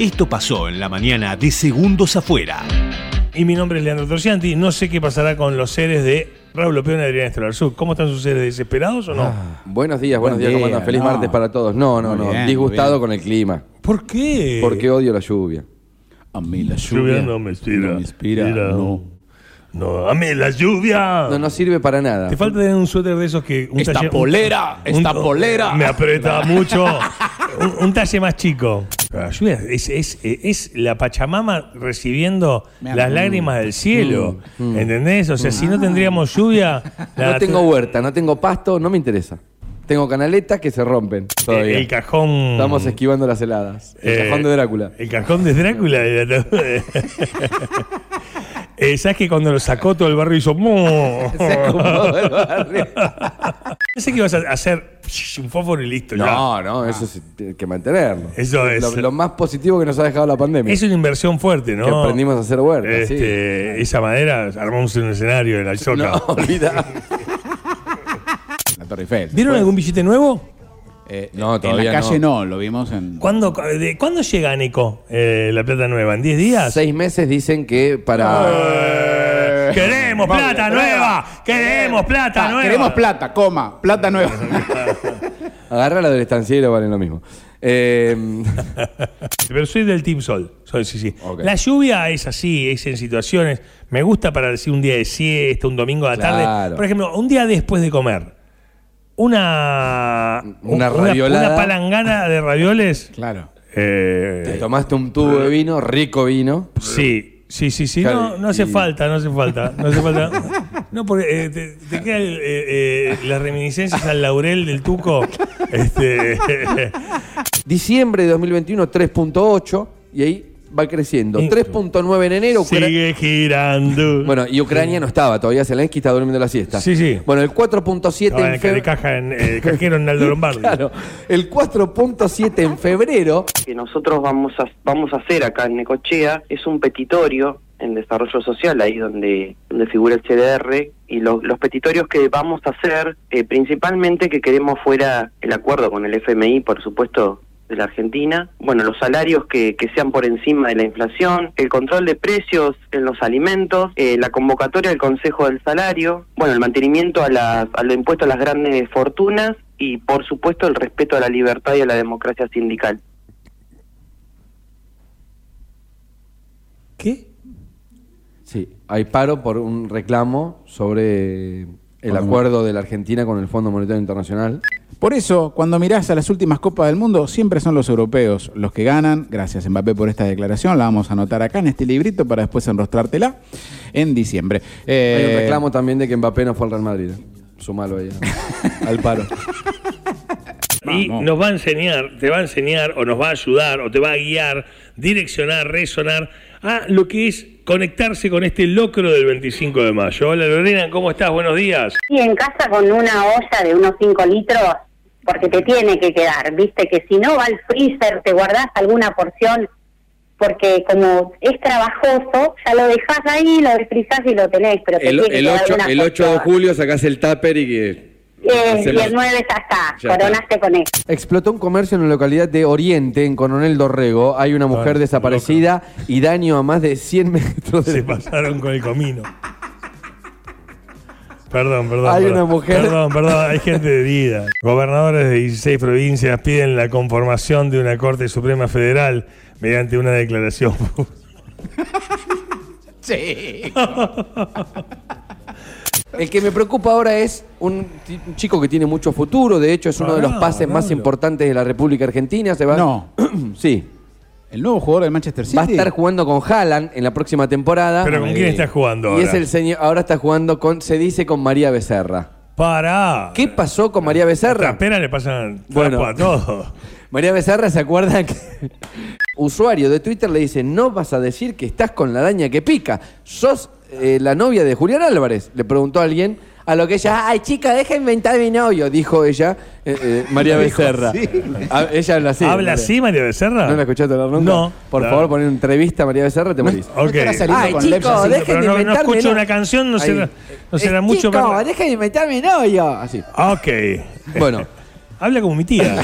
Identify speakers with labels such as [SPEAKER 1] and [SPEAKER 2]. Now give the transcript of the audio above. [SPEAKER 1] Esto pasó en la mañana de Segundos Afuera.
[SPEAKER 2] Y mi nombre es Leandro Torcianti. No sé qué pasará con los seres de Raúl Opeón y Adrián Estrolarzú. ¿Cómo están sus seres? ¿Desesperados o no?
[SPEAKER 3] Ah.
[SPEAKER 4] Buenos días,
[SPEAKER 3] Buen
[SPEAKER 4] buenos días, ¿cómo
[SPEAKER 3] día,
[SPEAKER 4] andan? Feliz
[SPEAKER 3] no.
[SPEAKER 4] martes para todos. No, no,
[SPEAKER 3] Muy
[SPEAKER 4] no.
[SPEAKER 3] bien,
[SPEAKER 4] Disgustado
[SPEAKER 3] muy bien.
[SPEAKER 4] con el clima.
[SPEAKER 2] ¿Por qué?
[SPEAKER 4] Porque odio la lluvia.
[SPEAKER 3] A mí la
[SPEAKER 2] lluvia
[SPEAKER 3] lluvia
[SPEAKER 2] no me inspira.
[SPEAKER 3] no me inspira,
[SPEAKER 2] Mira,
[SPEAKER 3] no.
[SPEAKER 2] No, a mí la lluvia.
[SPEAKER 4] No, no sirve para nada.
[SPEAKER 2] Te falta tener un suéter de esos que. Un
[SPEAKER 3] Esta
[SPEAKER 2] talle-
[SPEAKER 3] polera, esta polera.
[SPEAKER 2] Me aprieta mucho. Un, un talle más chico. La lluvia es, es- es la Pachamama recibiendo
[SPEAKER 3] Me
[SPEAKER 2] las
[SPEAKER 3] acuerdo.
[SPEAKER 2] lágrimas del cielo. ¿Entendés? O sea, si no tendríamos lluvia. la
[SPEAKER 4] No
[SPEAKER 2] natu-
[SPEAKER 4] tengo huerta, no tengo pasto, no me interesa. Tengo canaletas que se rompen
[SPEAKER 2] el,
[SPEAKER 4] todavía.
[SPEAKER 2] Eh, el cajón.
[SPEAKER 4] Estamos esquivando las heladas. El
[SPEAKER 2] Eh,
[SPEAKER 4] cajón de Drácula.
[SPEAKER 2] El cajón de Drácula. de la- Eh, ¿Sabes que cuando lo sacó todo el barrio hizo. "Mu".
[SPEAKER 4] Se acomodó el barrio.
[SPEAKER 2] Pensé que ibas a hacer psh, un fósforo y listo. ya.
[SPEAKER 4] No, no, eso sí, hay que mantenerlo.
[SPEAKER 2] Eso es.
[SPEAKER 4] Lo, lo más positivo que nos ha dejado la pandemia.
[SPEAKER 2] Es una inversión fuerte, ¿no?
[SPEAKER 4] Que aprendimos a hacer huerta,
[SPEAKER 2] Este, Esa madera, armamos un escenario en la
[SPEAKER 4] No,
[SPEAKER 2] choca.
[SPEAKER 4] olvida.
[SPEAKER 3] La Torre Eiffel.
[SPEAKER 2] ¿Vieron algún billete nuevo?
[SPEAKER 3] Eh,
[SPEAKER 4] No,
[SPEAKER 3] en
[SPEAKER 4] todavía
[SPEAKER 3] la
[SPEAKER 4] no.
[SPEAKER 3] calle no. lo vimos en.
[SPEAKER 2] ¿Cuándo, de- ¿cuándo llega a Neco eh, la plata nueva? ¿En 10 días?
[SPEAKER 4] Seis meses dicen que para.
[SPEAKER 2] Eh, ¡Queremos plata nueva! ¡Queremos plata
[SPEAKER 3] Ah,
[SPEAKER 2] nueva!
[SPEAKER 3] Queremos plata, coma, plata nueva.
[SPEAKER 4] Agarra la del estanciero, valen lo mismo. Eh,
[SPEAKER 2] Pero soy del Team Sol. Soy, sí, sí.
[SPEAKER 4] Ok.
[SPEAKER 2] La lluvia es así, es en situaciones. Me gusta para decir un día de siesta, un domingo de la tarde.
[SPEAKER 4] Claro.
[SPEAKER 2] Por ejemplo, un día después de comer. Una. Una,
[SPEAKER 4] Una raviolada.
[SPEAKER 2] palangana de ravioles.
[SPEAKER 3] claro.
[SPEAKER 4] te
[SPEAKER 2] Eh,
[SPEAKER 4] tomaste un tubo de vino, rico vino.
[SPEAKER 2] sí, sí, sí, sí. No, no hace
[SPEAKER 4] Y-
[SPEAKER 2] falta, no hace falta. No hace falta. No, porque eh, te, te quedan eh, eh, las reminiscencias al laurel del tuco. Este,
[SPEAKER 4] Diciembre de 2021, 3.8. Y ahí va creciendo. 3.9 en enero. Ucra-
[SPEAKER 2] sigue girando.
[SPEAKER 4] Bueno, y Ucrania no estaba todavía. Zelensky está durmiendo la siesta.
[SPEAKER 2] Sí, sí.
[SPEAKER 4] Bueno, el 4.7
[SPEAKER 2] Estaba en el
[SPEAKER 4] en
[SPEAKER 2] ca- de
[SPEAKER 4] febrero.
[SPEAKER 2] caja en eh, cajero en Naldo Lombardi.
[SPEAKER 4] Claro, el 4.7 en febrero.
[SPEAKER 5] que nosotros vamos a, vamos a hacer acá en Necochea es un petitorio en desarrollo social, ahí donde, donde figura el CDR, y lo- los petitorios que vamos a hacer, eh, principalmente que queremos fuera el acuerdo con el FMI, por supuesto, de la Argentina, bueno, los salarios que, que sean por encima de la inflación, el control de precios en los alimentos, eh, la convocatoria del Consejo del Salario, bueno, el mantenimiento a las, a los impuestos a las grandes fortunas y, por supuesto, el respeto a la libertad y a la democracia sindical.
[SPEAKER 2] ¿Qué?
[SPEAKER 4] Sí, hay paro por un reclamo sobre el
[SPEAKER 3] Fondo
[SPEAKER 4] acuerdo de la Argentina con el Fondo Monetario Internacional.
[SPEAKER 3] Por eso, cuando mirás a las últimas Copas del Mundo, siempre son los europeos los que ganan. Gracias, Mbappé, por esta declaración. La vamos a anotar acá en este librito para después enrostrártela en diciembre. Eh,
[SPEAKER 4] Hay un reclamo también de que Mbappé no fue al Real Madrid. ¿eh? Sumalo ahí al- al paro.
[SPEAKER 2] Y
[SPEAKER 3] Vamos.
[SPEAKER 2] nos va a enseñar, te va a enseñar o nos va a ayudar o te va a guiar, direccionar, resonar a lo que es conectarse con este locro del 25 de mayo. Hola Lorena, ¿cómo estás? Buenos días.
[SPEAKER 6] Y en casa con una olla de unos 5 litros, porque te tiene que quedar, viste, que si no va al freezer, te guardás alguna porción, porque como es trabajoso, ya lo dejás ahí, lo desfrizás y lo tenés, pero te
[SPEAKER 4] El,
[SPEAKER 6] tiene
[SPEAKER 4] el
[SPEAKER 6] que quedar
[SPEAKER 4] 8,
[SPEAKER 6] una
[SPEAKER 4] el 8 de
[SPEAKER 6] porción.
[SPEAKER 4] julio sacás el tupper y que...
[SPEAKER 6] Eh,
[SPEAKER 4] se
[SPEAKER 6] y el
[SPEAKER 4] lo-
[SPEAKER 6] 9 ya
[SPEAKER 4] Ya
[SPEAKER 6] está,
[SPEAKER 4] está.
[SPEAKER 6] coronaste con eso.
[SPEAKER 4] Explotó un comercio en la localidad de Oriente, en Coronel Dorrego. Hay una mujer
[SPEAKER 2] Claro,
[SPEAKER 4] desaparecida y daño a más de 100 metros
[SPEAKER 2] Se
[SPEAKER 4] de...
[SPEAKER 2] pasaron con el comino. Perdón, perdón.
[SPEAKER 4] Hay
[SPEAKER 2] perdón.
[SPEAKER 4] una mujer-
[SPEAKER 2] Perdón, perdón, hay gente herida. Gobernadores de 16 provincias piden la conformación de una Corte Suprema Federal mediante una declaración.
[SPEAKER 3] Sí.
[SPEAKER 4] El que me preocupa ahora es un, ti- un chico que tiene mucho futuro. De hecho, es uno de los
[SPEAKER 2] Pará,
[SPEAKER 4] pases más
[SPEAKER 2] Pablo.
[SPEAKER 4] importantes de la República Argentina. Se va...
[SPEAKER 3] No.
[SPEAKER 4] sí.
[SPEAKER 3] El nuevo jugador del Manchester City.
[SPEAKER 4] Va a estar jugando con Haaland en la próxima temporada.
[SPEAKER 2] Pero ¿con quién está jugando
[SPEAKER 4] Y
[SPEAKER 2] ahora?
[SPEAKER 4] es el señor, ahora está jugando con, se dice con María Becerra.
[SPEAKER 2] Pará.
[SPEAKER 4] ¿Qué pasó con María Becerra?
[SPEAKER 2] Espera, le pasan
[SPEAKER 4] Bueno.
[SPEAKER 2] trapo a todos.
[SPEAKER 4] María Becerra se acuerda que usuario de Twitter le dice, no vas a decir que estás con la daña que pica, sos eh, la novia de Julián Álvarez, le preguntó a alguien, a lo que ella, ay chica, deja inventar mi novio, dijo ella, eh, eh, María Becerra. Ah, ella habla así.
[SPEAKER 2] ¿Habla así María Becerra?
[SPEAKER 4] ¿No la escuchaste hablar nunca?
[SPEAKER 2] No.
[SPEAKER 4] Por
[SPEAKER 2] La-
[SPEAKER 4] favor, poner una entrevista a María Becerra, te morís.
[SPEAKER 3] No estará
[SPEAKER 2] Ok.
[SPEAKER 3] saliendo
[SPEAKER 4] Ay,
[SPEAKER 3] con
[SPEAKER 4] chico,
[SPEAKER 3] Lev Yassin.
[SPEAKER 4] deje-
[SPEAKER 2] Pero
[SPEAKER 4] Dejen de
[SPEAKER 2] no, no
[SPEAKER 4] inventarme,
[SPEAKER 2] escucho
[SPEAKER 4] ¿no?
[SPEAKER 2] una canción, no
[SPEAKER 4] Ahí.
[SPEAKER 2] será, no
[SPEAKER 4] Es
[SPEAKER 2] será mucho
[SPEAKER 4] chico,
[SPEAKER 2] verla.
[SPEAKER 4] deja de inventar mi novio. Así.
[SPEAKER 2] Ok.
[SPEAKER 4] Bueno,
[SPEAKER 2] Habla como mi tía.